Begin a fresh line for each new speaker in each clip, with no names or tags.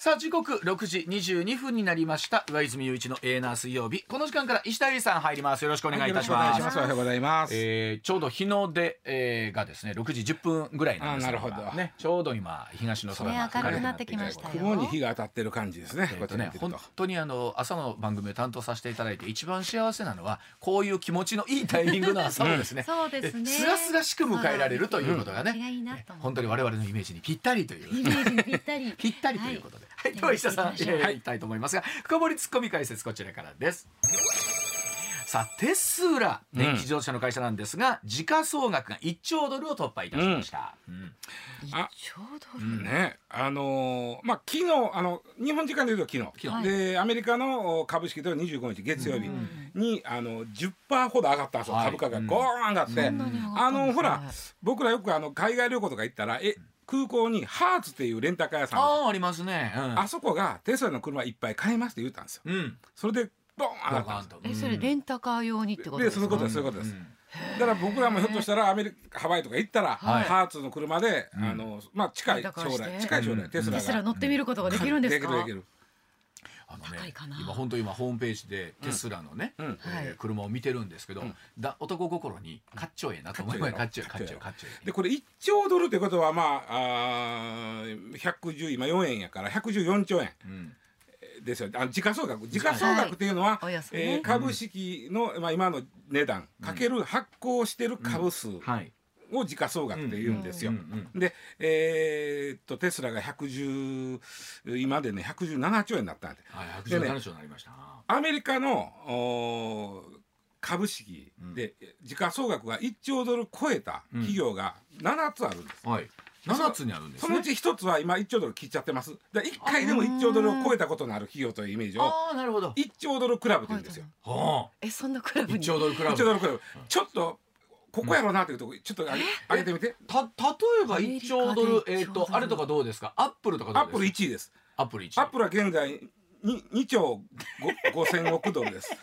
さあ時刻6時22分になりました上泉雄一のエーナー水曜日この時間から石田絵里さん入りますよろしくお願いいたします,、
よろしくお願いしますおはようございます。
えーちょうど日の出、えーがですね6時10分ぐらいなんですけど
あなるほど
ねちょうど今東の空が
ね明るくなってきましたよ
雲に火が当たってる感じですね。
え
こ
っ
う
とね
やって見てる
本当にあの朝の番組を担当させていただいて一番幸せなのはこういう気持ちのいいタイミングの朝をですね
そうですね
えすがすがしく迎えられるということがね、
うん気持ちがいいなと思う
本当に我々のイメージにぴったりという
イメージにぴったり
ぴったりということで、はい、では
はい
石田さん、
行
え
きましょう
ー行きたいと思いますが、深掘りツッコミ解説こちらからです。さあテスラ電気自動車の会社なんですが、時価総額が1兆ドルを突破いたしました、うん
あ
ちょうど
ね、あのーまあ昨日あの日本時間でいうと昨日。
昨日
でアメリカの株式では25日月曜日に、あの10%ほど上がったんですよ。
はい
株価がゴーン上がって、
んなに上がった
あ
んですね
のほら僕らよくあの海外旅行とか行ったらえ空港にハーツっていうレンタカー屋さんあ
ああありますねうん
そこがテスラの車いっぱい買いますって言ったんですよ。
うん
それでボーン上が
ド
っ
カ
た
ー
んで
ンと
えそれレンタカー用にってことです
で
か
そういうことですそういうことです、だから僕らもひょっとしたらアメリカハワイとか行ったら、
はい
ハーツの車で、あのまあ近い将
レンタカーして
来近い将来、
うん
テスラが
テスラ乗ってみることができるんです
で
か
きるできる
あの
高
ね
いかな
今本当今ホームページでテスラのね、
んうん
え
は
ー
い
車を見てるんですけど、だ男心にかっちょええなと思いま
か
かっ
っ
ち
ち
ょ
ょ
ええ
ええ
かっちょええかっちょええ
でこれ1兆ドルってことはまああー110今4円やから114兆円
うん
ですよあの時価総額時価総額っていうのは、
はいおよそね
えー株式の、まあ、今の値段かける発行してる株数
はい、
を時価総額って言うんですよ。
うんうん
で、えーっとテスラが110今でね117兆円だったんで
はい、
でね
117章になりましたな
アメリカのおー株式で時価総額が1兆ドル超えた企業が7つあるんです。
はい7つにあるんです
そ
ね
のうち1つは今1兆ドル切っちゃってます。だ1回でも1兆ドルを超えたことのある企業というイメージを
ああなるほど
1兆ドルクラブというんですよ。
は
えそんなクラ
あ一
ブに
兆ドルクラ
1
ブ
兆ドルクラブ。ちょっとここやろうなというとこちょっと上げ上げてみて。
た例えば一兆ドル
アメリカで
えっ、
一兆ド
と
ル
あれとかどうですかアップルとかど
ア
うです
ッ
か
プル1位です。
アップル一
アップルは現在に2兆5000億ドルです。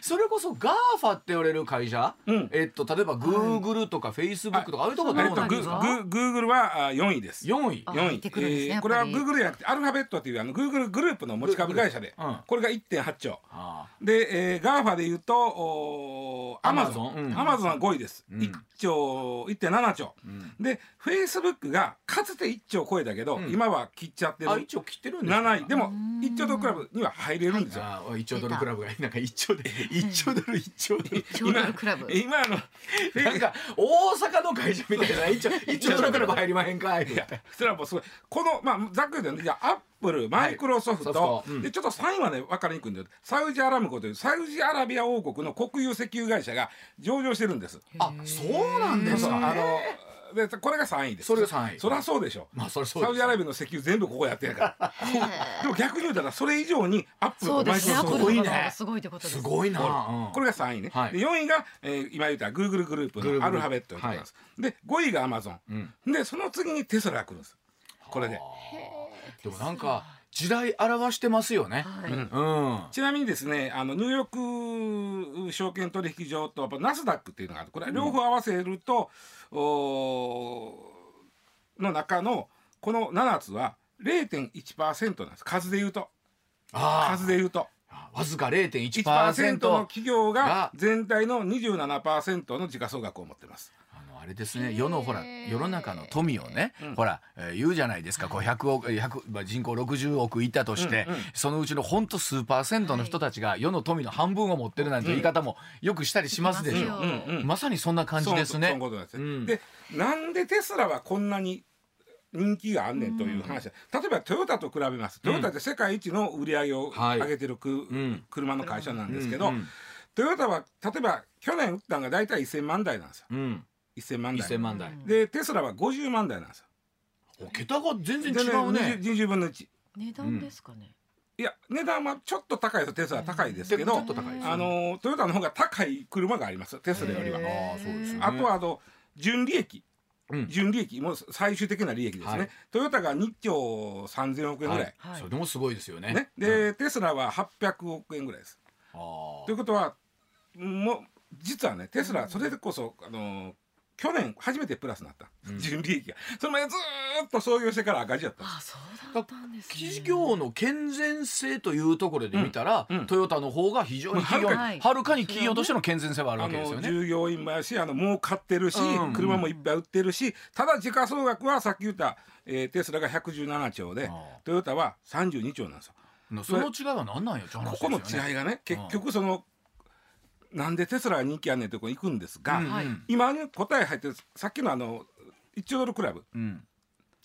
それこそガーファって言われる会社、
うん
えっ、と例えばグーグルとかフェイスブックとか、ああいうとこ
え
ど
っ
うな
と
ん
グ
で
ー
す
グ
か
ーグーグルは4位です。
4位
あ
4
入
位
ってくるんですね
えー
やっぱり
これはグーグルじゃなくてアルファベットというあのグーグルグループの持ち株会社で、
うん
これが1.8兆
あ
で、えー、ガーファでいうとおアマゾ
Amazon うん
ンアマゾンは5位です、
うん
1兆1.7兆、
ん
でフェイスブックがかつて1兆超えたけど、
うん
今は切っちゃって
ーあ
る
一応切ってるんです
7位で
も
も1兆ドルクラブには入れるんですよ、
ああ一兆ドルクラブがいいなんか一兆で一兆ドル一兆ド ル
ちょうどクラブ
今あのフ
な
ェ
ん
イ
か大阪の会社みたいな一兆一兆ドルクラブ入りまへんかい
いやそれはもうすごいこのまあざっくり言うとねじゃあアップルマイクロソフト,、
ソフトうん
でちょっと3位はね分かりにくいんだけどサウジアラムコというサウジアラビア王国の国有石油会社が上場してるんです。
あそうなんです
そうあ
か
のでこれが3位です。
それが3位
そりゃそうでしょ。
まあそりゃそうです
サウジアラビアの石油全部ここやってるから。でも逆に言うたらそれ以上にアップル
そ
と
うで
マイ
す
ク
ね
ロ
ア
ソフ
ップ
ト
す
ル
ごいね
の方がすごいってことです
すごいな、うん
これが3位ね、
はい
で4位が、えー今言ったグーグルグループ
Google
のアルファベットを言ってます、で5位がアマゾン、でその次にテスラが来るんですこれで
でもなんか時代表してますよね。
はい
うん。は
ちなみにですねあのニューヨーク証券取引所とやっぱナスダックっていうのがあるこれは両方合わせると、おーの中のこの7つは0.1%なんです数で言うと
あ
数で言うと
あ。わずか0.1%。
1%の企業
が
が全体の27%の時価総額を持ってます。
あのあれですね世のほら世の中の富をね、ほら、えー言うじゃないですかこう100億100、まあ、人口60億いたとして、そのうちのほんと数パーセントの人たちが世の富の半分を持ってるなんて言い方もよくしたりしますでし
しま
ょ
すようん
まさにそんな感じです
そ
ね
うそのことなんですね、
うん
でなんでテスラはこんなに人気があんねんという話だ、例えばトヨタと比べますトヨタって世界一の売り上げを
はい
上げてるく、
ん
車の会社なんですけ
う
ど、
んうん
トヨタは例えば去年売ったのが大体1000万台なんですよ
うん
1000万台
1000万台
でテスラは50万台なんですよ
お桁が全然違う
全
ね
然20 20分の1
値段ですかね
いや値段はちょっと高いですテスラは高いですけ
ちょ
ど
っと高いですね
あのトヨタの方が高い車がありますテスラよりは
へー
ああそうですよね
あとはあの純利
う
益、
ん
純利益もう最終的な利益ですね、
はい
トヨタが2兆3000億円ぐらい、
は
はい
それでもすごいですよね
ね、
うん
で、テスラは800億円ぐらいです。
あ
ということはもう実はねテスラはそれでこそ、あの去年初めてプラスになった、
うん
純利益がその前ずーっと創業してから赤字だったんです
あ、そうだったんです、ね。
企業の健全性というところで見たら、
うんうん
トヨタの方が非常に企業
まあは
は
るかに
るかに企業としての健全性はある
あ
わけです
の
よね。
従業員もやしあの儲かってるし、
うん
車もいっぱい売ってるしただ時価総額はさっき言った、えーテスラが117兆で
あ
トヨタは32兆なんですよ。
あその違いは何なんよって話
こ
です
こ
よね
の違いがね結局そのなんでテスラが人気あんねんってとこに行くんですが、
うん
はい
今に答え入ってるさっきのあの1兆ドルクラブ
うん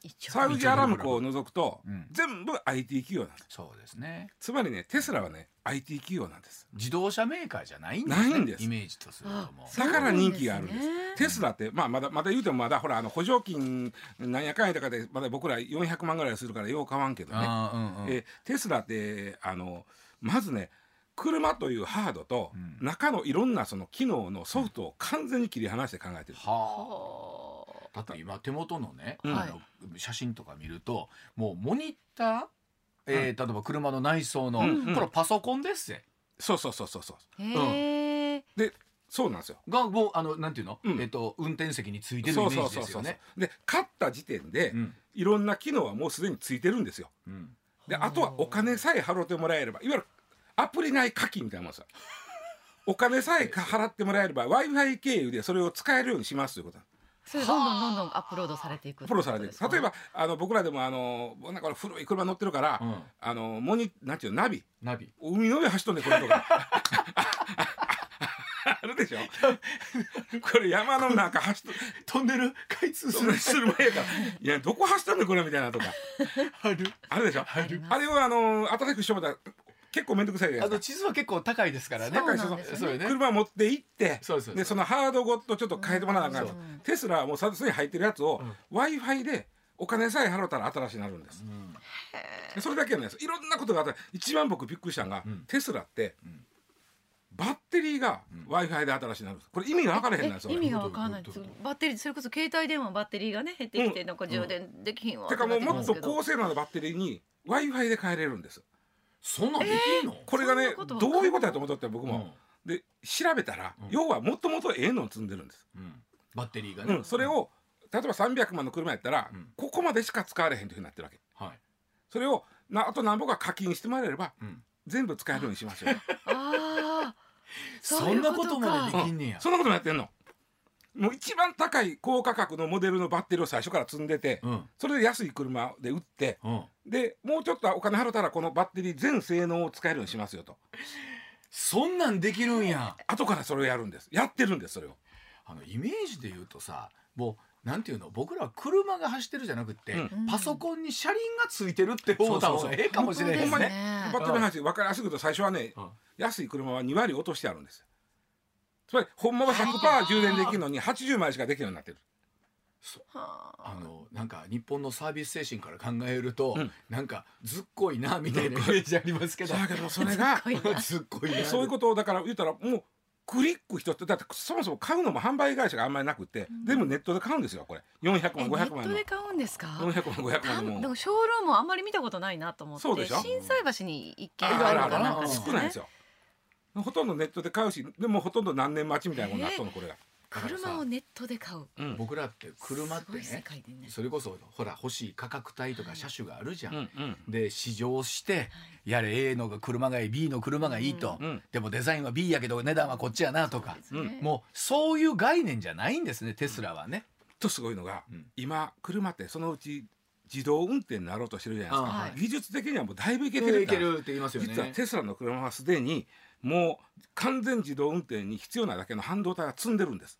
一応
サウジアラムコを除くと、
うん
全部 IT 企業なんです
そうですね。
つまりねテスラはね IT 企業なんです
自動車メーカーじゃないんです,、ね、
ないんです
イメージとするとも
だから人気があるんです
そうなんですね
テスラって、まあ、まだまだ言うてもまだほらあの補助金なんやかんやとかでまだ僕ら400万ぐらいするからよう買わんけどね、
ああうんうん
えーテスラってあのまずね車というハードと
うん
中のいろんなその機能のソフトを完全に切り離して考えてる、
はあ
は
だって今手元のね、
うん
あの写真とか見るともうモニター、えー例えば車の内装の、
うんうん
これパソコンですぜ
そうそうそうそうそう
あへえ。
そうなんですよ
がもうあのなんていうの、
うん
えっと運転席についてるイ
そ
メ
うそ
ー
う
ジ
そ
で
う
す
そ
よ
う
ね。
で勝った時点で
うん
いろんな機能はもうすでについてるんですよ
うん
であとはお金さえ払ってもらえればいわゆるアプリ内課金みたいなもんですよお金さえ払ってもらえれば w i f i 経由でそれを使えるようにしますということなんです
それどんどんどんどんアップロードされていく。
プロされてる例え。ばあの僕らでもあのなんかこれ古い車乗ってるから、
うん
あのモニなんていうのナビ
ナビ
海の上走っとんねんこれ とかあるでしょこれ山の中走っと
トンネル開通
それする前やからいやどこ走ったんねんこれみたいなとか
ある
あるで しょ
あ
り
る
ます
あれをあの新しくしてもらったら結構面倒くさいじゃな
あ
いで
の
すか
地図は結構高いですからね
そうなんですよね
そうよね
車持って行って
そうそうそう
でそのハードごとちょっと変えてもらわなあかん
うん
ですテスラはもうサスに入ってるやつを w i f i でお金さえ払ったら新しいになるんです
うん
でそれだけなんですいろんなことがあった一番僕びっくりしたのが、
うん
テスラって、
ん
バッテリーが
うん
w i f i で新しいになるんですこれ意味が分からへんなんです
え
よ
意
俺
味がわからない
どういうことどういう
バッテリーそれこそ携帯電話のバッテリーがね減ってきてなんか充電できひんわ
てかもうもっと
ってなてま
高性能なバッテリーに w i f i で変えれるんです
そんなんできんの、
これが
そん
ね
なこと
ど
は
ういうことやと思っとって僕も、で調べたら、
うん
要はもともとええのを積んでるんです、
うん、うんバッテリーが
う
ね、
ん、それを例えば300万の車やったら、
うん
ここまでしか使われへんというふうになってるわけ
はい、
それをなあと何ぼか課金してもらえれば
うん、
全部使えるようにしましょう
すけどああ
そんなことまでできんねや、
そんなこともやってんのもう一番高い高価格のモデルのバッテリーを最初から積んでて、
うんうん
それで安い車で売ってでもうちょっとお金払ったらこのバッテリー全性能を使えるようにしますよと
そんなんできるんや
後からそれをやるんですやってるんですそれを
あのイメージで言うとさもうなんていうの僕らは車が走ってるじゃなくって、
うん
パソコンに車輪がついてるって思った方がええかもしれへん
そ
ね
うです
ね、
ね
バッテリーの話分かりやすく言うと最初はね
うん
安い車は2割落としてあるんですつまりほんまは100%充電できるのに80枚しかできるようになってる
あのなんか日本のサービス精神から考えると、
うん
なんかずっこいなみたいなイメージありますけど
だけどそれが
すごいな
ずっこいな
そういうことをだから言ったらもうクリック一つだってそもそも買うのも販売会社があんまりなくて全部ネットで買うんですよこれ400万
えネ
500
ッ
万
ト
の
で買うんですか
400万500
た
万
ん
の
で
も
もショールームはあんまり見たことないなと思って
そうでしょ
心斎橋に一軒
あ
あ
るあ
る
るあ
か
る
なんか
あるある
です
少
か
ないん
ね
ですよほとんどネットで買うしでもほとんど何年待ちみたいなことになっとんのこれが、
車をネットで買う
うん
僕らって車って
すごい世
ね
界でね
それこそほら欲しい価格帯とか車種があるじゃん、
うん
で試乗してやれ A のが車がいい B の車がいいと、
うんうん
でもデザインは B やけど値段はこっちやなとか
そうですね
もうそういう概念じゃないんですねテスラはね。
とすごいのが、
うん
今車ってそのうち自動運転になろうとしてるじゃないですか、
あ
はい
技術的にはもうだいぶいけて
い
る
けるって言いますよね。
実はテスラの車はすでにもう完全自動運転に必要なだけの半導体が積んでるんです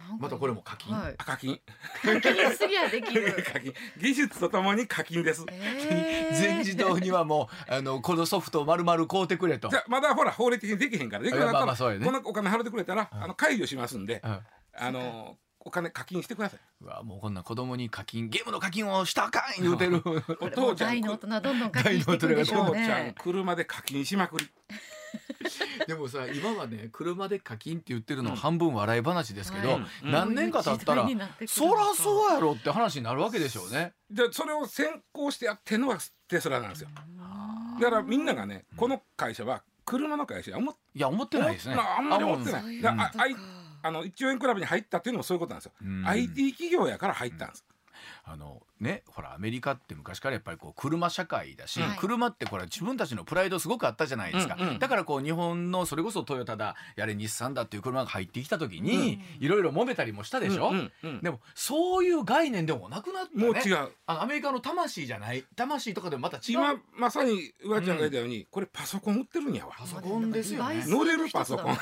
なんか
またこれも課金
はい
課金
課金すぎゃできる
課金技術とともに課金です
えー
全自動にはもうあのこのソフトを丸々買うてくれと
じ。ゃあまだほら法令的にできへんからできるようにな
まあまあ
った
そう
ら
よね
このお金払ってくれたらあの解除しますんで
うん
あのお金課金してくださいう
わもうこんな子供に課金ゲームの課金をしたらあかん言うてる。
お
これも
父
う
ちゃん
大
く
の
お
大人どんどん課金していくんでしょう
父ちゃん
ね
車で課金しまくり
でもさ今はね車で課金って言ってるの半分笑い話ですけど、
うんうん
何年か経ったら、
こういう時代になってくる
そらそうやろって話になるわけでしょうね。
でそれを先行してやってるのがテスラなんですよだからみんながねこの会社は車の会社や思っ
いや思ってないですね。
あんまり思ってない
あそういう
だからあ
ことか
あいあの1兆円クラブに入ったっていうのもそういうことなんですよ、
うん
IT 企業やから入ったんです、
あのねほらアメリカって昔からやっぱりこう車社会だし、
はい
車ってこれ自分たちのプライドすごくあったじゃないですか、
うんうん
だからこう日本のそれこそトヨタだやれ日産だっていう車が入ってきた時にいろいろ揉めたりもしたでしょ、
うんうんうん
でもそういう概念でもなくなったね
もう違う
あのアメリカの魂じゃない魂とかでもまた違う
今まさにうわちゃんが言ったように、これパソコン売ってるんやわ
パソコンですよね
乗れるパソコン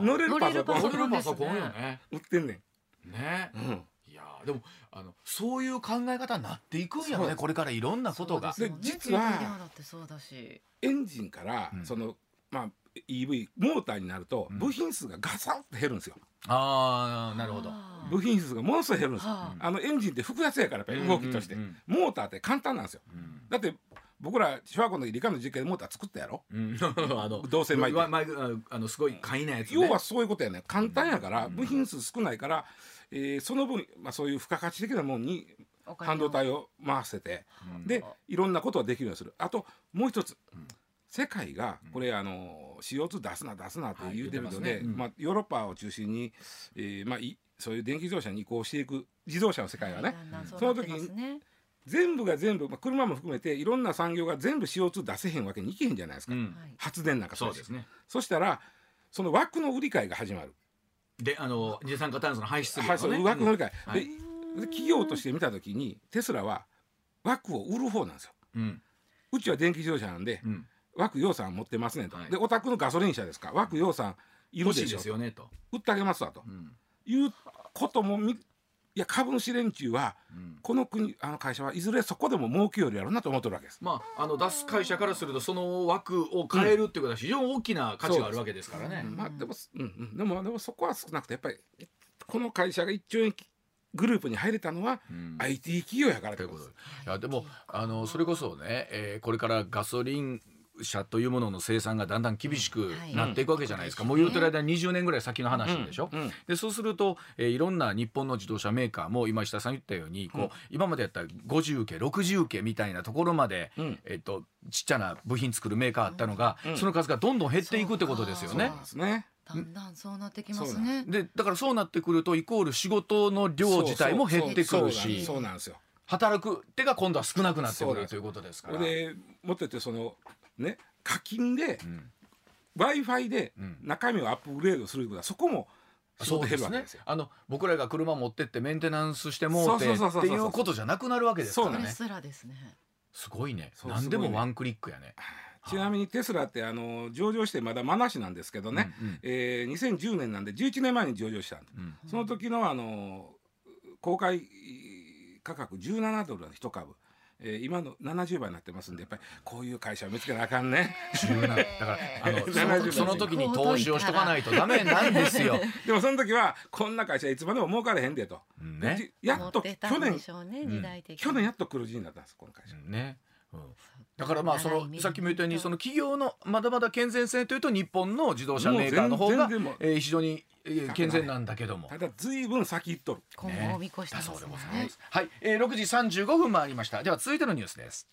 うん
ン
乗れるパソコン
乗れるパソコンよね
売ってんね
ね
ん、うん、
いやーでもあのそういう考え方になっていくんや
そう
ろ
で
ね
す
これからいろんなことが。
で実は
だってそうだし
エンジンから、
うん
そのまあ EV モーターになると
うん
部品数がガサッと減るんですよ、
ああなるほど。
あー
部品数がものすごい減るんですよ、
は
あのエンジンって複雑やからやっぱり動きとして、
うんうん
モーターって簡単なんですよ
うん
だって僕ら小学校の時理科の実験でモーター作ったやろ
うん、あの
どうせ巻いて
わ巻いてあのすごい簡易なやつ、ね、
要はそういうことやね簡単やから、
うん
部品数少ないから、えーその分、まあ、そういう付加価値的なもんに
お金を
半導体を回せて
うん
で
あ
いろんなことができるようにするあともう一つ、
うん
世界が
うん
これあの CO2 出すな出すなと
はい
言うてる
言
の
って
で、
ますねうん
まあ、ヨーロッパを中心に、えーまあ、いそういう電気自動車に移行していく自動車の世界はね
だんだん
そ
そ
の
の
時
時
に
に
全部が全部、まあ、車も含めていろんな産業が全部 CO2 出せへんわけにいけへんじゃないです
う
か、
ん、
発電なんか
そうです
ね
ね
そしたらその枠の売り買いが始まる、
であの二酸化炭素の排出量
はいそう枠の売り買い、
はい
でで企業として見た時にテスラは枠を売る方なんですよ
うん
うちは電気自動車なんで
うん、
枠洋さん持ってますねと、
はい
でお宅のガソリン車ですか枠洋さんいる
欲し
で
い
しょ
ですよねと、
売ってあげますわと
うん
いうこともみいや株主連中は
うん、
この国あの会社はいずれそこでも儲けよりやろうなと思ってるわけです。
まああの出す会社からするとその枠を変えるっていうことは非常に大きな価値があるわけですからね
うん
まあでも,、うんうん、でもでもそこは少なくてやっぱりこの会社が1兆円グループに入れたのは
うん
IT 企業やから
という
こ
こと
と
でいやでもあのそれこそね、えーこれからガソリン車というものの生産がだんだん厳しく
はい
なっていくわけじゃないですか、
うん
もう言うてる間に20年ぐらい先の話でしょ、
うんうん
でそうすると、えーいろんな日本の自動車メーカーも今石田さん言ったようにこう、
うん
今までやった50系60系みたいなところまで、
うん
えっとちっちゃな部品作るメーカーあったのが、
うん
その数がどんどん減っていくってことですよ
そうな
ね
ん。ですね。
だんだんそうなってき
ま
ますす
ね
ね
でだからそうなってくるとイコール仕事の量自体も減ってくる
そうそう
し
そうなんですよ。
働く手が今度は少なくなって
そう
く
な
る
んです
ということですから。
でもっと言ってそのね課金で
うん
w i f i で
うん
中身をアップグレードするってことはそこも仕
そ
事
うで
減る
す
わけ
ね
ですよ。。
あの僕らが車持ってってメンテナンスしてもうて
そ
っ
うそうそうそ
て
う
いうことじゃなくなるわけですか
そ
ら
うなん
テ
ね。
スラですね
すごいね。
そう
何でもワンクリックやね。
ちなみにテスラってあの上場してまだまなしなんですけどね、
うんうん
えー2010年なんで11年前に上場したんで
うん
その時のあの公開価格17ドルの一株、えー今の70倍になってますんでやっぱりこういう会社を見つけなあかんね
柔軟だからあのそ
70
のその時に投資をしとかないとダメなんですよ。
でもその時はこんな会社いつまでも儲からへんでと、
うんね。
じやっと
持て
去
たんで
年
しょうね
ん
時代的に
去年やっと黒字になったんですこの会社
う。んね。うんだからまあそのさっきも言ったようにその企業のまだまだ健全性というと日本の自動車メーカーの方
もう
が
全然もう
えー非常にえー健全なんだけども。
ただずいぶん先行っとる
今後を見越して
だ
ま
そうですござい
ね
ます。はい、えー、6時35分回りました。では続いてのニュースです。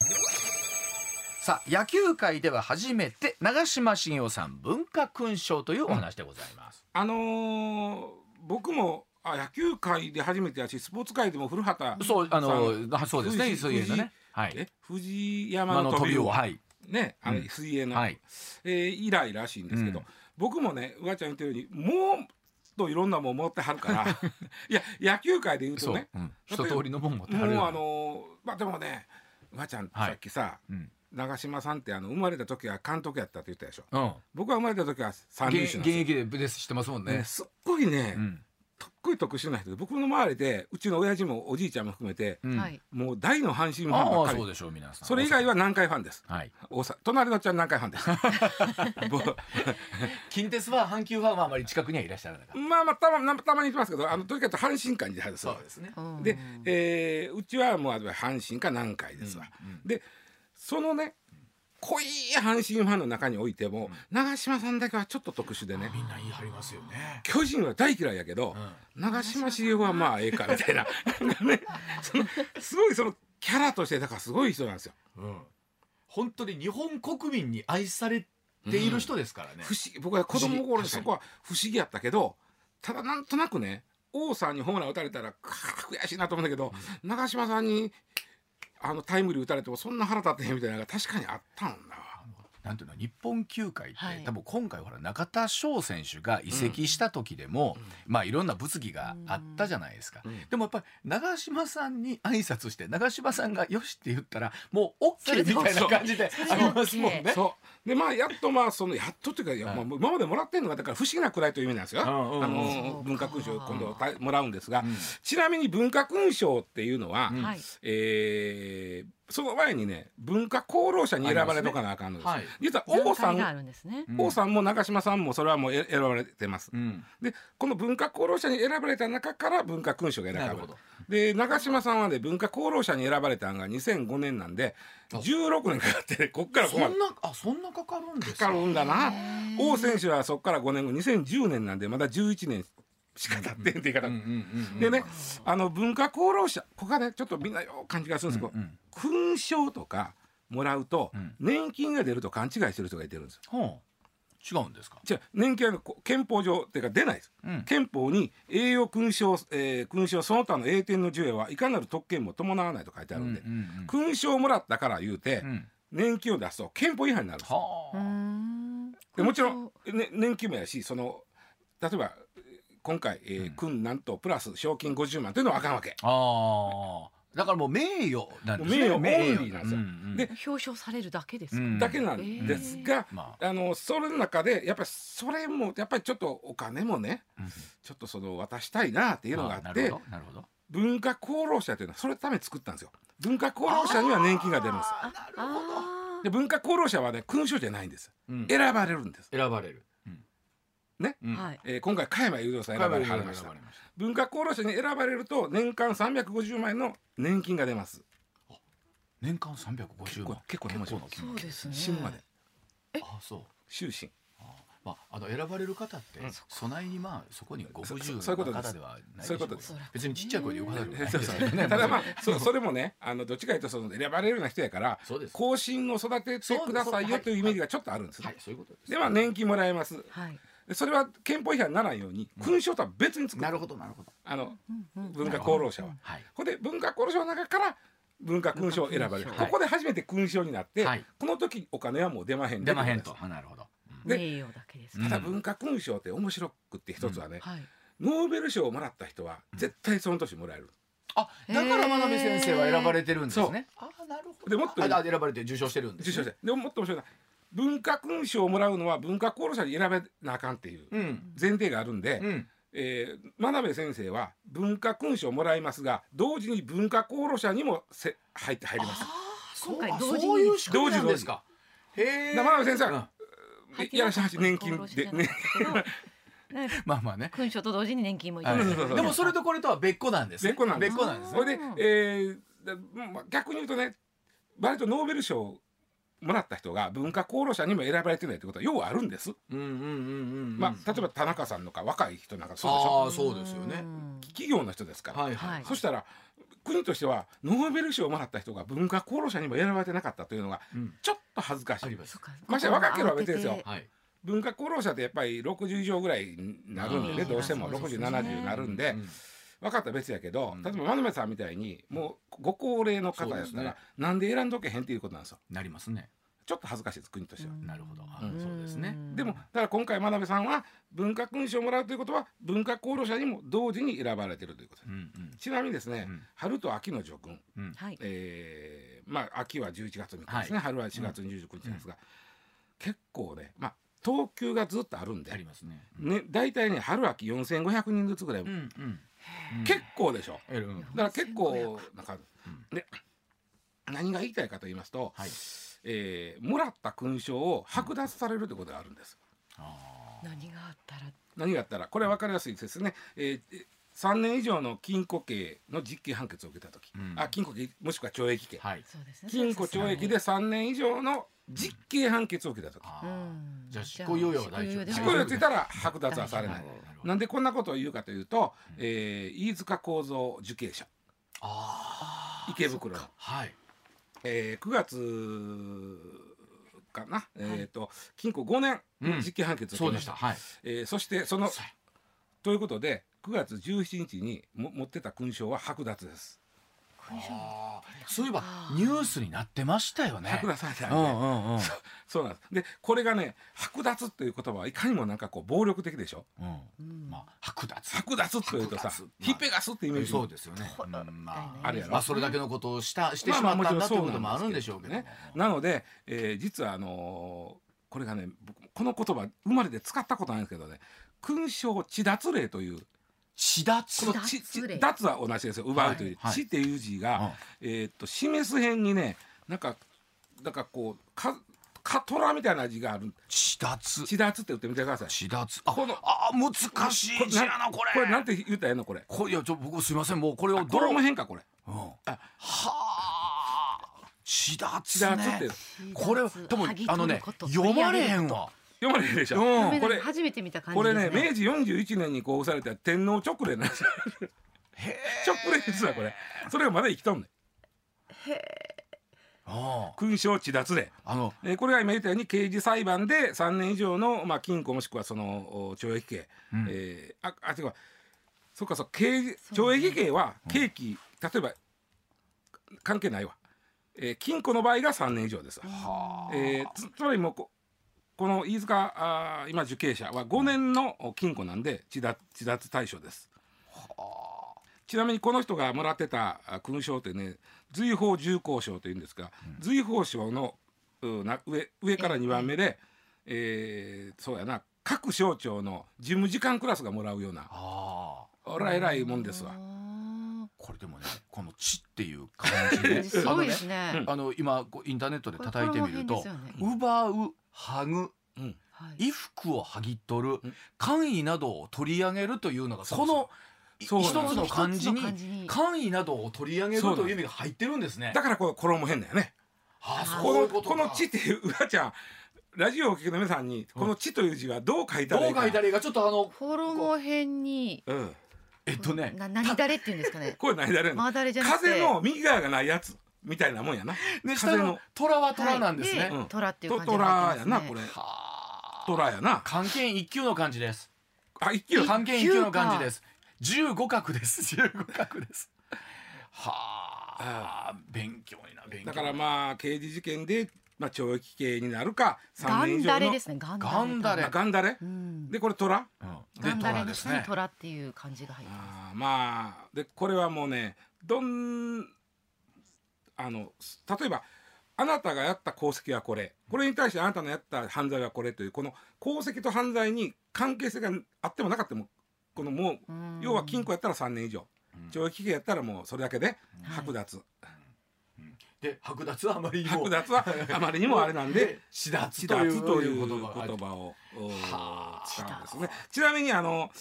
さあ野球界では初めて長嶋茂雄さん文化勲章というお話でございます。
あのー僕もあ野球界で初めてやしスポーツ界でも古畑
そうあの
さ
あそうですね
藤井
水泳のねはい
え藤山
あの
の
飛
飛
び
び
を
を
はい
ねあの
うん
水泳の、
はい
えー以来らしいんですけど、
うん
僕もねうわちゃん言ってるようにもうといろんなもん持ってはるから いや野球界で言うと
そう
ね
うん一通りのもん持って
も
は
う
るよ
あのーまあでもねうわちゃん、
はい
さっきさ
うん
長嶋さんってあの生まれた時は監督やったって言ったでしょ
うん
僕は生まれた時は三
現
塁
現
手なんですよ
役でブレスしてますもん
ね
ね。
すっごいね、
うん
とっくい特殊な人で僕の周りでうちの親父もおじいちゃんも含めて
うん
はい
もう大の阪神ファン
あ
ば
あ
っか
そう
り
でしょう皆さん。
それ以外は南海ファンです
はい
大阪隣のおっちゃん南海ファ ンですぼ
近鉄は阪急ファンはあまり近くにはいらっしゃらなかっ
まあまあたまなたまに言ってますけどあのとにかく阪神間に入る
た。
そうです
すね
うん
で、えーうちはもうあれは阪神か南海ですわ、でそのね濃い阪神ファンの中においても、長嶋さんだけはちょっと特殊でね
みんな言い張りますよね。
巨人は大嫌いやけど、
うん
長嶋茂雄はまあええかみたいななんかねそのすごいそのキャラとしてだからすごい人なんですよ
うん、本当に日本国民に愛されている人ですからね。
不思議僕は子供の頃
不思議
そこは不思議やったけどただなんとなくね王さんにホームラン打たれたらくー悔しいなと思うんだけど、長嶋さんにあのタイムリー打たれてもそんな腹立ってへんみたいなのが確かにあったんだわ。
なんていうの日本球界って、
はい
多分今回ほら中田翔選手が移籍した時でも、まあいろんな物議があったじゃないですか、
うん
でもやっぱり長嶋さんに挨拶して長嶋さんが「よし」って言ったらもう OK みたいな感じで
それで
ありますもんね。
そうでまあやっとまあそのやっとっていうかいや、
はい
まあ、もう今までもらってるのがだから不思議なくらいという意味なんですよ。
うんうんうん
あ
そ
の
うか
文化勲章を今度たもらうんですが、
うん
ちなみに文化勲章っていうのは、
うん
はい。
えーその前にね文化功労者に選ばれとかなあかんのです。
あります
実は王
王
さ
さ
ん
んがあるんですね。
うん
王さんも長嶋さんもそれはもうえ選ばれてます。
うん
でこの文化功労者に選ばれた中から文化勲章が選ば
な
れ
る
る
ほど。
で長嶋さんはね文化功労者に選ばれたのが2005年なんで
あ
16年かかって ねこっからこ
そ
こまで
んなあそんなかかるんです
かかるんだな
へー
王選手はそこから5年後2010年なんでまだ11年しか経ってんって言い方、
うんうんうんうん
でねあの文化功労者ここがねちょっとみんなよう感じがするんですけど、
うんうん
勲章とかもらうと
うん
年金が出ると勘違いしてる人がいてるんですよ。
ほう違うんですか。
違う年金がこう憲法上っていうか出ないです。
うん
憲法に栄養勲章、えー勲章その他の栄典の授与はいかなる特権も伴わないと書いてあるんで、
うんうん
勲章をもらったから言うて、
うんうん
年金を出すと憲法違反になるんですよ
は
うー
あ。
ん
でもちろん、ね、年金もやしその例えばえー今回、えー君なんとプラス賞金50万というのはあかんわけ、
ああ。だからもう名誉なんですね。
もう名誉オンリーなんですよ
うう
で
表彰されるだけです
うん
だけなんですが、
ま
あのそれの中でやっぱりそれもやっぱりちょっとお金もね
あ。うん
ちょっとその渡したいなっていうのがあっ
な
て
るほどなるほど
文化功労者というのはそれのために作ったんですよ文化功労者には年金が出るんです
あーなるほど
あ
で文化功労者はね勲章じゃないんです
うん
選ばれるんです、
選ばれる
ね
う
ー
ん
はい。
えー今回加山雄三さん選ばれはりました文化功労者に選ばれると年間350万円の年金が出ます
年間三百五十
結構
万
結構出ました
結
そうですね。
死ぬまで
あそう
終身
あまああの選ばれる方って
うん
備えにまあそこにご不自由
そそういうこと
な
です
方ではない
そういうことです
別にちっちゃい声で言う方ではないです
そう
よ
そう
ね
ただまあそそれもねあのどっちかというとその選ばれるような人やから
そうです
後進を育ててくださいよというイメージがちょっとあるんですね、
はいそういうことです
では年金もらえます
はい。
でそれは憲法違反にならんように勲章とは別に作る、
なるほどなるほど
あの
うんうん
文化功労者は
はい
これで文化功労者の中から文化勲章を選ばれる
文化勲
章
ここで初めて勲章になって、
はい
この時お金はもう出まへん
出まへんと
で
あなるほどうん
で
名誉だけです
う
た
ん
だ文化勲章って面白くって一つはね、
はい。
ノーベル賞をもらった人は絶対その年もらえる、
あだから真鍋先生は選ばれてるんですねあなるほど
でもっと
ああ選ばれて受賞してるんです
受
ね
賞者でももっと面白いな文化勲章をもらうのは文化功労者に選べなあかんっていう
うん
前提があるんで、
うん
えー真鍋先生は文化勲章をもらいますが同時に文化功労者にもせ入って入ります
そう
今回
あ
同時に
そういう仕組みなんですかへえ
だから真鍋先生は
入って
いや
な
ら
か
し
っ
い
た
年金
功労者じ
で
ゃない
ね
ですけどね
まあまあね
勲章と同時に年金もいた
は
だけ
そう
る
そうそうそう
い、でもそれとこれとは別個なんですね
別個なんです
別個なんです
それで
うん、
えーでまあ逆に言うとね割とノーベル賞をもらった人が文化功労者にも選ばれてないってことはようあるんです、
うんうんうんうんうん
まあ、例えば田中さんとか若い人なんかそうでし
あ
ょ
あそうですよね
うん
企業の人ですから、
はい
はい
そしたら国としてはノーベル賞をもらった人が文化功労者にも選ばれてなかったというのが
うん
ちょっと恥ずかし
あ
い
ります
そうか
ましてや若ければ別ですよ
慌てて
はい
文化功労者ってやっぱり60以上ぐらいになるんでね
あー
どうしても
そうですね
6070になるんで、
うん
分かったら別やけど、
うん
例えば真鍋さんみたいにもうご高齢の方やっ
そう
た
です
ら、
ね
なんで選んどけへんっていうことなんですよ
なりますね
ちょっと恥ずかしいです国としては。
うん
なるほどあ
うん
そうですね
でもだから今回真鍋さんは文化勲章をもらうということは文化功労者にも同時に選ばれてるということで
う
す、
んうん
ちなみにですね、
うん
春と秋の序文、
うん
はい
えーまあ秋は11月3日ですね、春は4月29日ですが、結構ねまあ等級がずっとあるんで
ありますね
ね、大体ね春秋4500人ずつぐらい、
うんうん
結構でしょ
えうん
だから結構なんか、
う
で何が言いたいかと言いますと、
はい
えーもらった勲章を剥奪されるということがあるんです。
あー
何があったら
何があったらこれ分かりやすいですね、えー3年以上の禁錮刑の実刑判決を受けた時、
うん
あ禁錮刑もしくは懲役刑、
はい
そうですね
禁錮懲役で3年以上の実刑判決を受けた時、
あ
う
ー
ん
じゃあ執行猶予は大丈夫
じゃ
執
あ執
行
行
猶
猶
予
予
つ
で
いたら剥奪はされな
はいい。
なんでこんなことを言うかというと、えー飯塚幸三受刑者
あー
池袋の、
はい
えー9月かな、えっ、と禁錆5年
うん
実刑判決を
そ
受
う
け
で
ま
した
し、
たはい
えーそしてその
そうや
ということで9月17日にも持ってた勲章は剥奪です
あーそういえばニュースになってましたよね
剥。奪されたん
う
で、
んうんうん。
そうなんですでこれがね剥奪っていう言葉はいかにもなんかこう暴力的でしょ
うん、まあ剥奪。
剥奪というと
剥
さ
奪まあ
ひっぺがすってイメージ
そうですよね。
ほ
うん
だよ
ま
ね
あ、
あるやろ
まあ、それだけのことをした、してし
ま
ま
あ
っ
まあ
たんだという
も
こ
ちろ
と
ん
もあ
そ
る
うなん
ん
で
ですし
け
ょ
ど
うけども。
ねなので、えー実はあのーこれがね僕この言葉今までで使ったことないんですけどね勲章地奪令という
死脱
こ。の
奪
地地
令
奪は同じですよ奪うという、
はいはい
地っていう字が、えーっと示す辺にねなんかなんかこうかカトラみたいな字がある
死脱。
地奪って打ってみてください
死脱。あ、
この
あー、難しい字やな、これ。
これなんて言ったらええのこれ
これいや、ちょ、僕すみません、もう、これをど
ど
う。
れ
う
も
ん、
変化これ
は
あ
あ。死
地
脱、
奪
ね。
って
これ、でも
剥ぎ、取る
あのね
こ、と
読まれへんわ。
読まれるでしょ、
うん
これ
初めて見た感
こ
じで
れ
すね
ね明治41年に公布された天皇直令なんですよ直令ですわこれそれがまだ生きとんねん
うん
勲章地脱令
あの、
えーこれは今言ったように刑事裁判で3年以上の、まあ、禁錮もしくはそのお懲役刑、
うん
えーああ違うそっかそう刑事懲役刑は刑期、例えば関係ないわ、えー禁錮の場合が3年以上ですわ、
はあ。
えーつつまりもうここの飯塚あー今受刑者は5年のお禁錮なんで自脱自脱対象です。ちなみにこの人がもらってたあ勲章ってね随法重功章というんですが、随法章のうな上上から2番目で、えーそうやな各省庁の事務次官クラスがもらうような
ああ。
あら偉いもんですわ。
あ
これでもね、この地っていう感じで
ー。 すごいですね
あの今こうインターネットで叩いてみると
これこれ
「
も変
奪う」「はぐ」
うん
はい
「衣服を剥ぎ取る
うん」
「簡易などを取り上げる」というのが
そうそ
こ
う
のい
そう
一
なん
つ
です
の漢字
一つの漢字
に「
に
簡易などを取り上げる」
そうなん
という意味が入ってるんですね
だ。からこれ衣変だよね。
あ
あ
ーそ
こ
うい
の
うと
こ
か
の地っていううらちゃんラジオをお聞きの皆さんにこの地という字はどう書いた
ど
らいういか。
書いたらいいかちょっとあの
衣編に
うん。
えっとね
な何だれっていうんですかね
これ何だれの
マ。ーダレじゃなくて
風の右側がないやつみたいなもんやな。
で下
風
の
の
「虎」は虎なんです
はい
ね。
うん
虎っていう
と
感じ
ト
に
ラ
って
や
ま
な
すね
これ。
は
トラやな
あ。漢検一級の漢字です。
あ一級。
漢検一級の漢字です。十五画です。十五画 です。はあ、勉強にな勉強に
だ
な。
からまあ刑事事件でまあ懲役刑になるか
ガ
三年
ン
以上
ダレ
の
ですねガンダレ
ガンダレ
あガンダレ
う。ん
でこれトラ。
うん、で
ガンダレ
虎
の
です
下に
ね。
虎っていう感じが入ってます
あーまあでこれはもうねどんあの例えばあなたがやった功績はこれこれに対してあなたのやった犯罪はこれというこの功績と犯罪に関係性があってもなかったもこのもう
うん
要は禁錮やったら3年以上
うん
懲役刑やったらもうそれだけで
はい
剥奪、
で剥奪はあまりにも
剥奪はあまりにもあれなんで
死脱
自
という
殺と
と
い
いう
う
言
言
葉が。
葉をお
はあ
使うんですね。ちなみにあの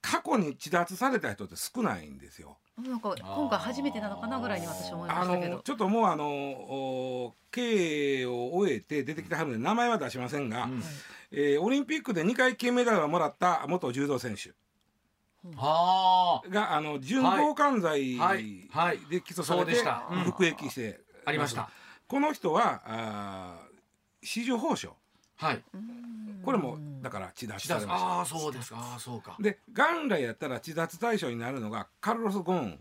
過去に自殺された人って少ないんですよ。
なんか今回初めてなのかなぐらいに私思いま
あ
したけど
のちょっともうあのお経営を終えて出てきたはるので名前は出しませんが、
うん
えーオリンピックで2回金メダルをもらった元柔道選手
はあ、
があの準強姦罪
はいはい
で起訴され
そうで
て
したうん
服役して
ありました。
この人はあー市場報奨
はい。
うん
これもだから血出し
死
され
脱。
ました
ああ、そうですか。ああ、そうか。
で元来やったら血脱対象になるのがカルロス・ゴーン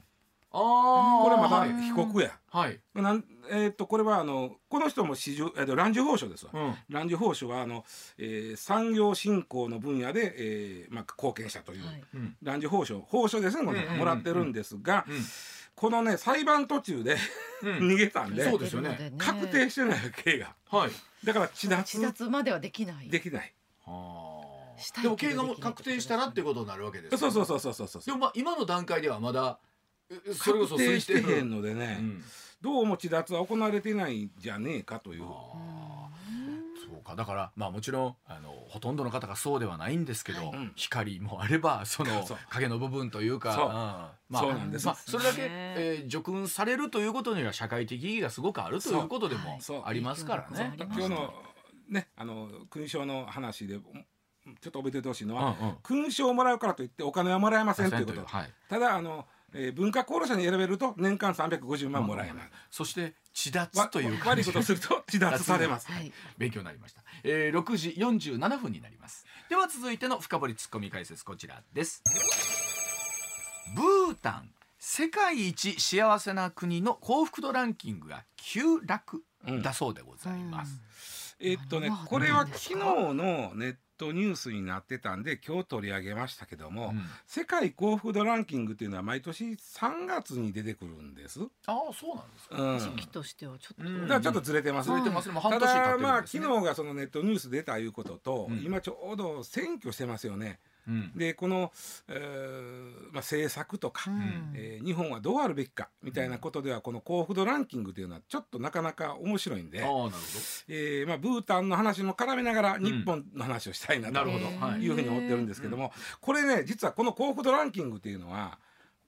ああ、
これま
はい
た被告や
はい。
なんえーっとこれはあのこの人も市場えーっと乱受報奨ですわ、
うん。
蘭寿法書はあの、えー産業振興の分野で、えーまあ、貢献したという、
はい
うん。
蘭寿法書法書ですねこれ、
うんうんうん
もらってるんですが、このね裁判途中で
うん。
逃げたんで,、
そうですよね
出てるので
確定してない刑が
はい。
だから血
自
脱
殺まではできない
できない
は
し
あ。
たい
で
けど
も経過も
できない
確定したらってことになるわけですよ。
そうそうそうそうそうそう
でもまあ今の段階ではまだえそれこそ
確定してへん
の。
のでね
う、ん。
どうも血脱は行われてないんじゃねえかという
あーそうかだからまあもちろんあのほとんどの方がそうではないんですけど、
はいうん
光もあればその
そう
影の部分というか
そう
うんまあ
そうなんです
まあ、それだけ、
ね
えー、叙勲されるということには社会的意義がすごくあるということでも
そう
ありますから
そう
ね。
影響力があ
今
ります
日のねあの勲章の話でうんちょっと覚えておいてほしいのは、
うんうん
勲章をもらうからといってお金はもらえませんということ
はい
ただあのえー文化功労者に選べると年間350万もらえます。
そして地脱
わ
という感
悪い
じ
ことをすると 自殺されます。
はい。
勉強になりました、えー、6時47分になりますでは続いての深掘りツッコミ解説こちらですブータン世界一幸せな国の幸福度ランキングが急落
うん
だそうでございます、
えっとね
何が
これは
何です
昨
か
日のネットニュースになってたんで今日取り上げましたけども、
うん
世界幸福度ランキングっていうのは毎年3月に出てくるんです。
ああそうなんですか
うん、
時期としてはちょっ
う
と。
ん
だからちょっとずれてます
忘
ね
れ。てますねもう半
た
年経って
だ
るんです、ね、
まあ昨日がそのネットニュース出たいうことと、
うん
今ちょうど選挙してますよね。
うん
でこの、えーまあ、政策とか、
ん
えー日本はどうあるべきかみたいなことでは、この幸福度ランキングというのはちょっとなかなか面白いんで、
ああなるほ
えーまあ、ブータンの話も絡めながら
ん
日本の話をしたいな
な
と
るほどはい
いうふうに思ってるんですけども、これね実はこの幸福度ランキングというのは、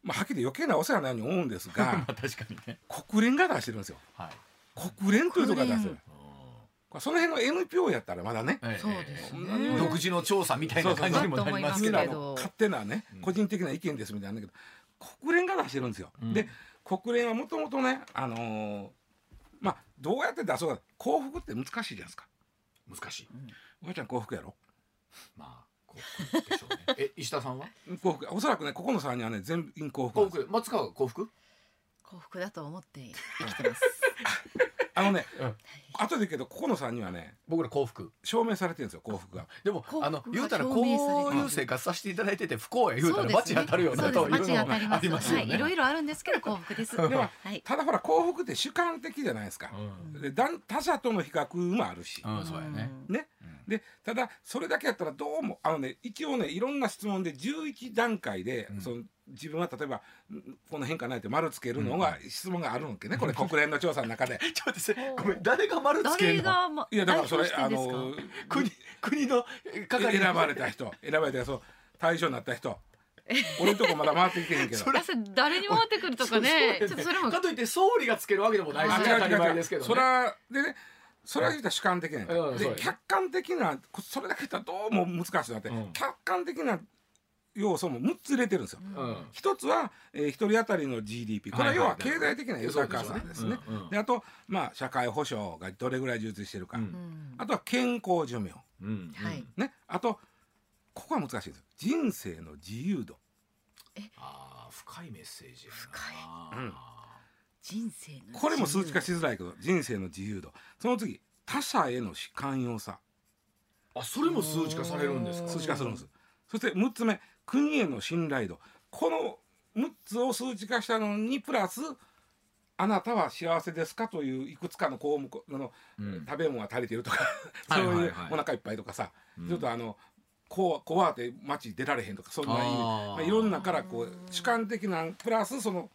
まあ、はっきり余計なお世話ないように思うんです
ど ま
が
あ確かにね
国連が出してるんですよ
はい
国連というところが出してる
国連。
これその辺の NPO やったらまだね
ええ
そうです
ええ
ね。
独自の調査みたいな感じにもなりますけ
みん
ど
な
そうそう
の
けど
勝手なね
うん
個人的な意見ですみたいなんだけど国連が出してるんですよ。
うん
で国連はもともとねあのーまあどうやって出そうか幸福って難しいじゃないですか。
難しい
おばあちゃん幸福やろ
まあ幸福でしょうねえ石田さんは
幸福おそらくねここの3人はね全員幸福な
幸
んですよ
福松川は幸福
幸福だと思って生きてます。
あのね、
うん
後で言うけどここの3人はね
僕ら幸福
証明されてるんですよ幸福が。
でも
幸福が
あの言うたらこ
表明されてる
ういう生活させていただいてて不幸や言うたら
そう
罰
ですね
当たるよ
そ
ね
うです。
という
街
の
が当
も
たりま
あ
す。
りますよ
はい。いろ
ね。
いろあるんですけど幸 福です。
では
はい。
ただほら幸福って主観的じゃないですか
う。ん
でだん他者との比較もあるし。
うんそうやね。
ね
うん
でただそれだけやったらどうもあのね一応ねいろんな質問で11段階で、
うん
その自分は例えばんこの変化ないって丸つけるのが、質問があるのけねこれ国連の調査の 中で
ちょっと待ってごめん誰が丸つけ
誰
るの？
がま
いやだからそれ
代
あ
表してです
の
か
国国のえ係
選
の
ばれた人選ばれた人そう対象になった人俺んとこまだ回ってきてへんけど
それ
あそれ誰に回ってくるとかね。
そう
ち
そうで
ょっと
す
それも
かといって総理がつけるわけでもないし
あ
ね
違う
当たり前ですけどね。
それはでねそれは言ったら主観的なんや
うんそう
で
やね
客観的なこそれだけ言ったらどうも難しいなって、
うん
客観的な要素も6つ入れてるんですよ。
うん
一つは、えー、一人当たりの GDP これは要は経済的な豊かさですね。
うんうん
であと、まあ、社会保障がどれぐらい充実してるか、
う
うんん
あとは健康寿命、
うん
はい。
ね、あとここは難しいです人生の自由度
ああ深いメッセージやな。
深いうん
人生の自由
これも数値化しづらいけど人生の自由度その次他者への寛容さ
あそれも数値化されるんですか。
数値化するんですそして6つ目国への信頼度この6つを数値化したのにプラスあなたは幸せですかといういくつかの項目あの
うん
食べ物が足りてるとか
は
そ
いうはいはい
いうお腹いっぱいとかさ、
うん
ちょっとあのこわ怖って街出られへんとかそんな意
あ
味
ー
まあ、いろんなからこう主観的なプラスその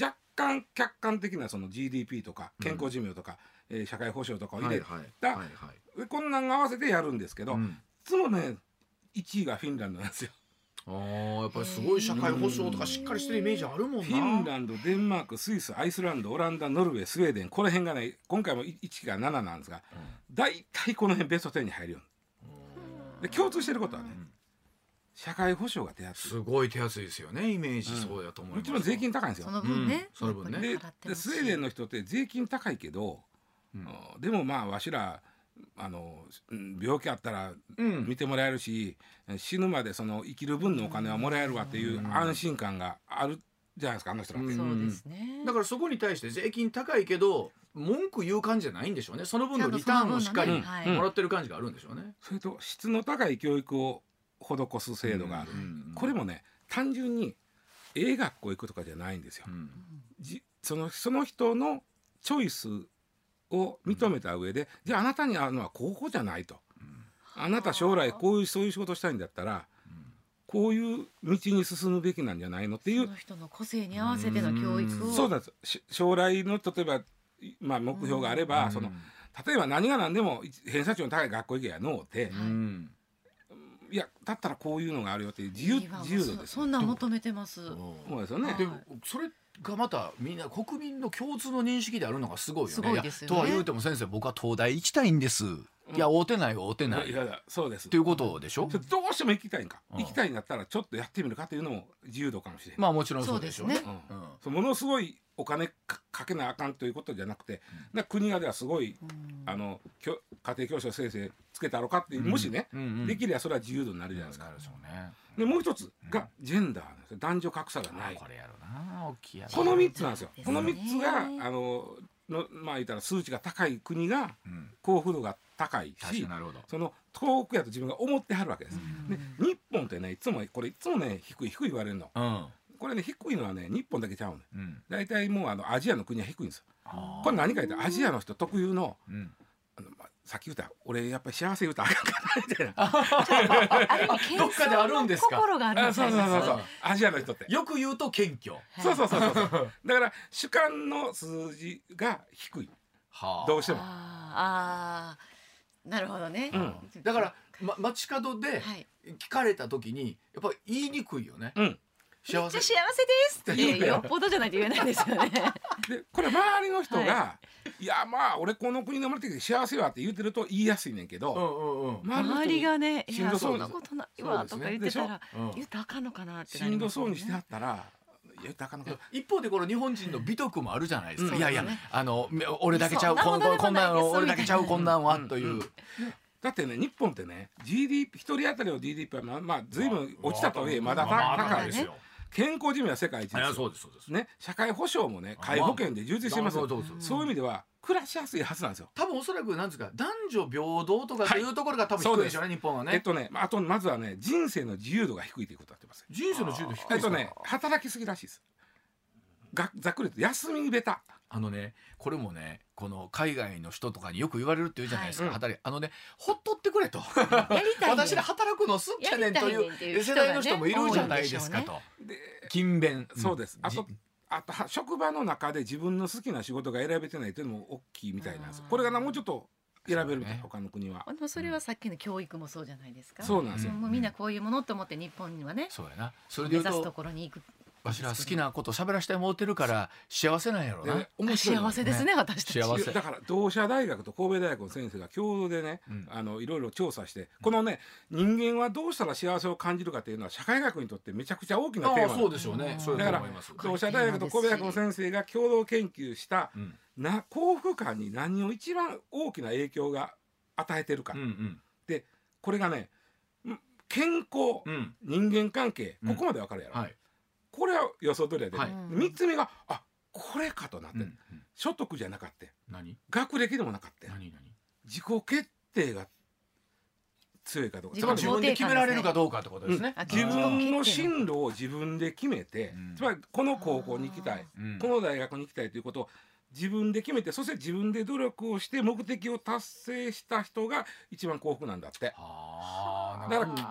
若干客観的なその GDP とか健康寿命とか、えー社会保障とかを入れて、
はいはいはいはい
でこんなん合わせてやるんですけど、
う
い
ん
つもね1位がフィンランドなんですよ。
あーやっぱりすごい社会保障とかしっかりしてるイメージあるもんな。
フィンランドデンマークスイスアイスランドオランダノルウェースウェーデンこの辺がね今回も1が7なんですが大体この辺ベスト10に入るようで共通してることはね、
ん
社会保障が手厚い
すごい手厚いですよねイメージ
うん
そうやと思い
も
ます。
ちろん税金高いんです
そ
よ
の分ね。
うんその分ね
で
やっぱり払っ
で
てますし
スウェーデンの人って税金高いけど、
うん
あでもまあわしらあのうん病気あったら
うん
見てもらえるし死ぬまでその生きる分のお金はもらえるわっていう
うん
安心感があるじゃないですかあの人らって。
うん
そうですね。
だからそこに対して税金高いけど文句言う感じじゃないんでしょうねその分のリターンをしっか
ちゃ
り
んとその分のねはい
もらってる感じがあるんでしょうね。
それと質の高い教育を施す制度がある、
うん
これもね単純にええ学校行くとかじゃないんですよ
う。ん
じそのその人のチョイスを認めた上で、じゃああなたに合うのはここじゃないと、あなた将来こういうそういう仕事したいんだったらこういう道に進むべきなんじゃないのってい
そうの人の個性に合わせての教育
う
を。
そうなんですし将来の例えば、いまあ、目標があれば、その例えば何が何でもい偏差値の高い学校行けやのうて
う、ん
いやだったらこういうのがあるよっていう自由
いいわ
自由度です
そそんなん求めてます。
そうですよ
ね
ね。
でそれがまたみんな国民の共通の認識であるのがすごいよね。
すごいですよね
やとは言うても先生僕は東大行きたいんです。いや会うてない会うてない
い
っ
やだそうです
ていうことでしょ
それどうしても行きたいんか、
うん
行きたいんだったらちょっとやってみるかというのも自由度かもしれない、
まあもちろんそうでしょうね
そうで
うん
うん
そうものすごいお金かかけなあかんということじゃなくて、なんか国がではすごいあの教家庭教師の先生つけたろかって、もしね、
うんうん
できればそれは自由度になるじゃないですか。
なるでしょうね
でもう一つがジェンダーなんですよ男女格差がない
これやろな大きいやろ
この3つなんですよ
そう
こ
ですね
の3つがあののまあ言ったら数値が高い国が
うん
幸福度が高い
確か
し
になるほど
その遠くやと自分が思ってはるわけです。
う
で日本ってねいつもこれいつもね低い低い言われるの
うん
これね低いのはね日本だけちゃうの
うん
大体もうあのアジアの国は低いんですよ
あー
これ何か言ったらアジアの人特有の
うん
あの、まあ、さっき言った俺やっぱり幸せ言うたらあかんかなみたいな
ある意 味
どっかであるんですか
謙遜の心がある
あ
み
そ
た
う
い
そう
な
そうそうアジアの人って
よく言うと謙虚
そうそうそうそうそうだから主観の数字が低い
はあ
どうしても
あーあーなるほどね、
うん
だから、ま、街角で
はい、
聞かれた時にやっぱ言いにくいよね
うん
め
幸
っち
せ
ゃ幸せですって
いやいや
よっぽどじゃないと言えないですよね
でこれ周りの人が、、
はい
やまあ俺この国で生まれてきて幸せやって言ってると言いやすいねんけ
う
ど、
んうんうん
周りがねい
しん
や
どそ
そ
うんで
な
す
ことないわと
そうです
か
ね
言ってたら
うん
言ったらあかんのかなって
し
なり
ん
ま
ど
す
そ
よ
う
ね
にしてはったらいや高野君
一方でこの日本人の美徳もあるじゃないですか、
うん
いやいや
そうだね
あのめ俺だけちゃう
そ
こ
ん
んこ
なん
こんなんは
なん
俺だけちゃう
み
こ
たいな
な
ん
んはという、
うんだってね日本ってね GDP 一人当たりの GDP はまあまあ随分落ちたとはいえまだ
まあまあ
高い
で
ですすよ
よ、
健康寿命は世界一
い
で
や
す
そ
よ
うですそうです
ね社会保障もね介護保険で充実してます
そう
よ
そうそう
そういう意味では暮らしやすいはずなんですよ
多分おそらくなんですか男女平等とかというところが多分低いでしょうね、日本はね、
えっとねまああとまずはね人生の自由度が低いということになってます
人生の自由度低い
えっ
です
と
か、
ね働きすぎらしいですがざっくり言うと休みベタ
あのねこれもねこの海外の人とかによく言われるって言うじゃないですか、
はいうん
働きあのねほっとってくれと
やりたいねん
私ら働くのすっちゃねんと
やりたいねんって
い
いうう
世
人がね
代の人もいるじゃないですかと、
で
勤勉
そうです。あと
じ、
あとは職場の中で自分の好きな仕事が選べてないというのも大きいみたいなんですよ。これがなもうちょっと選べるみたいな
そう
他の国は。
あのそれはさっきの教育もそうじゃないですか
そうなんですよ
ん。
もうみんなこういうものと思って日本にはね
そうやなそれ
目
で言う
指すと
と
ころに行く
わしら好きなこと喋らしてもうてるから幸せなんやろ
で
な、
ね面白いのが
幸せですね私たち
幸せ
だから同社大学と神戸大学の先生が共同でね、
うん
あのいろいろ調査して、このね人間はどうしたら幸せを感じるかというのは社会学にとってめちゃくちゃ大きなテーマなんです
でしょうね
うん
そう
だ
や
か
と
ら
思います
同社大学と神戸大学の先生が共同研究した
うん
な幸福感に何を一番大きな影響が与えてるか、
うんうん
これがねん健康、
うん
人間関係、
うん
ここまでわかるやろ、
はい
これは予想通りやで、
はい
3つ目があこれかとなって、
うんうん
所得じゃなかった
何
学歴でもなかった
何何
自己決定が強いかどうかつ
自己
まり
自分で決められるかどうかってことですね
あ
自分の
自己決定
進路を自分で決めて、
うん
つまりこの高校に行きたい、
うん
この大学に行きたいということを自分で決めてそして自分で努力をして目的を達成した人が一番幸福なんだって。
あー
だ
なる
から
ほど
あー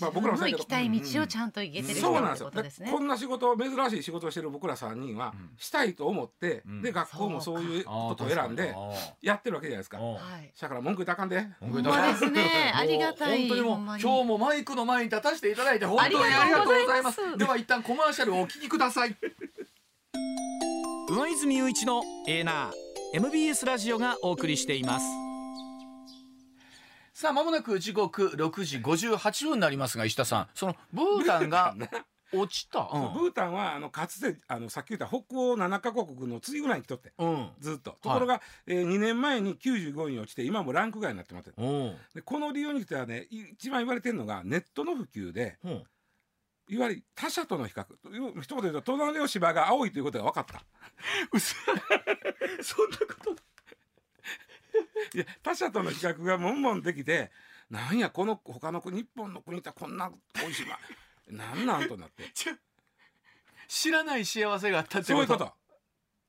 まあ
自
僕ら
分
もそう
の
やけ
行
ど
きたい道をちゃんと行けてる人
そうなんで
っ
す
て
よ
こ
で
とですね
こんな仕事珍しい仕事をしてる僕ら3人は
うん
したいと思って、
うん
で学校もそういう
あー
ことを選んで
確かに
やってるわけじゃないですか
あーあー
はい
だから文句言ったらあかんで
ほんまに
ほんまですねありがたい
もう本当にもう
ほんま
今
に
日もマイクの前に立たせていただいて本当にあ
あ
り
り
が
が
と
と
う
う
ご
ご
ざ
ざ
い
い
ま
ますす
では一旦コマーシャルをお聞きください
上泉雄一のエーナー MBS ラジオがお送りしています
さあ間もなく時刻六時五十八分になりますが石田さんそのブータンが落ちたう
ブータンはあのかつてあのさっき言った北欧7カ国の次ぐらいに来とって
んうん
ずっとところが、えー2年前に95位に落ちて今もランク外になってもらって
うん
でこの理由についてはねい一番言われてるのがネットの普及で
うん
いわゆる他者との比較という一言で言うと隣の芝が青いということが分かった
嘘そんなこと
いや他者との比較がもんもんできてなんやこの他の国日本の国ってこんな美味しい島なんなんと なって
ちょ知らない幸せがあったって
そう
こ
いう
と
こ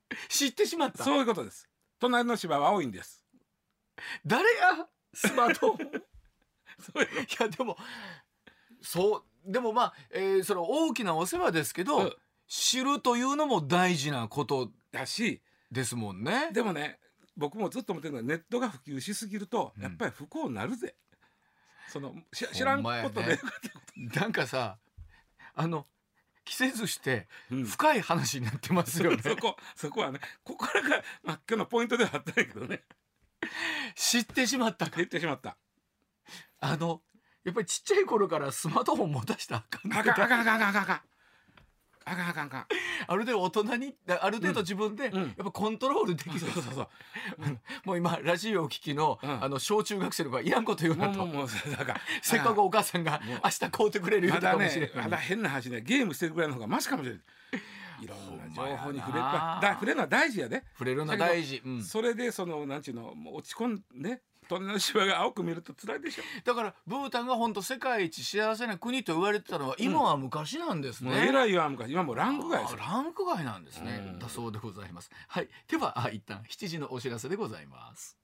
と
知ってしまった
そういうことです隣の芝は青いんです
誰がスマー トフォンいやでもそうでもまあ、えーその大きなお世話ですけど、
うん
知るというのも大事なこと
だし
ですもんね。
でもね僕もずっと思ってるのはネットが普及しすぎると、
うん
やっぱり不幸になるぜそのし知らんことで、
なんかさあの季節して
うん
深い話になってますよね。
そこそこはねここらが、まあ、今日のポイントではあったんやけどね
知知ってしまったか
減ってしまった。
あのやっぱりちっちゃい頃からスマートフォン持たしたらあかん
あかんあかんあかんあかんあかん。あかんあかんあかん。
ある程度大人にある程度自分でや
うん
っぱコントロールできる、
そうそうそうそう。
もう今ラジオを聞きの、
うん
あの小中学生とかいらんこと言う
も
な
うも
と
うもうだから
せっかくお母さんが
もう
明日買うてくれる言
ま
うた
だ
かもしれ
ね
ない、
まだ変な話ね、ゲームしてるぐらいの方がマシかもしれない。いろんな情報に
ほ
触れる
んまやな
だから触れるのは大事やね。
触れるのは大事、うん
それでそのなんちゅうのもう落ち込んね、隣の芝が青く見ると辛いでしょ。
だからブータンが本当世界一幸せな国と言われてたのは今は昔なんですね、
もう偉いわ昔、今もうランク外です
あランク外なんですね、
うん
だそうでございますはいではあ一旦7時のお知らせでございます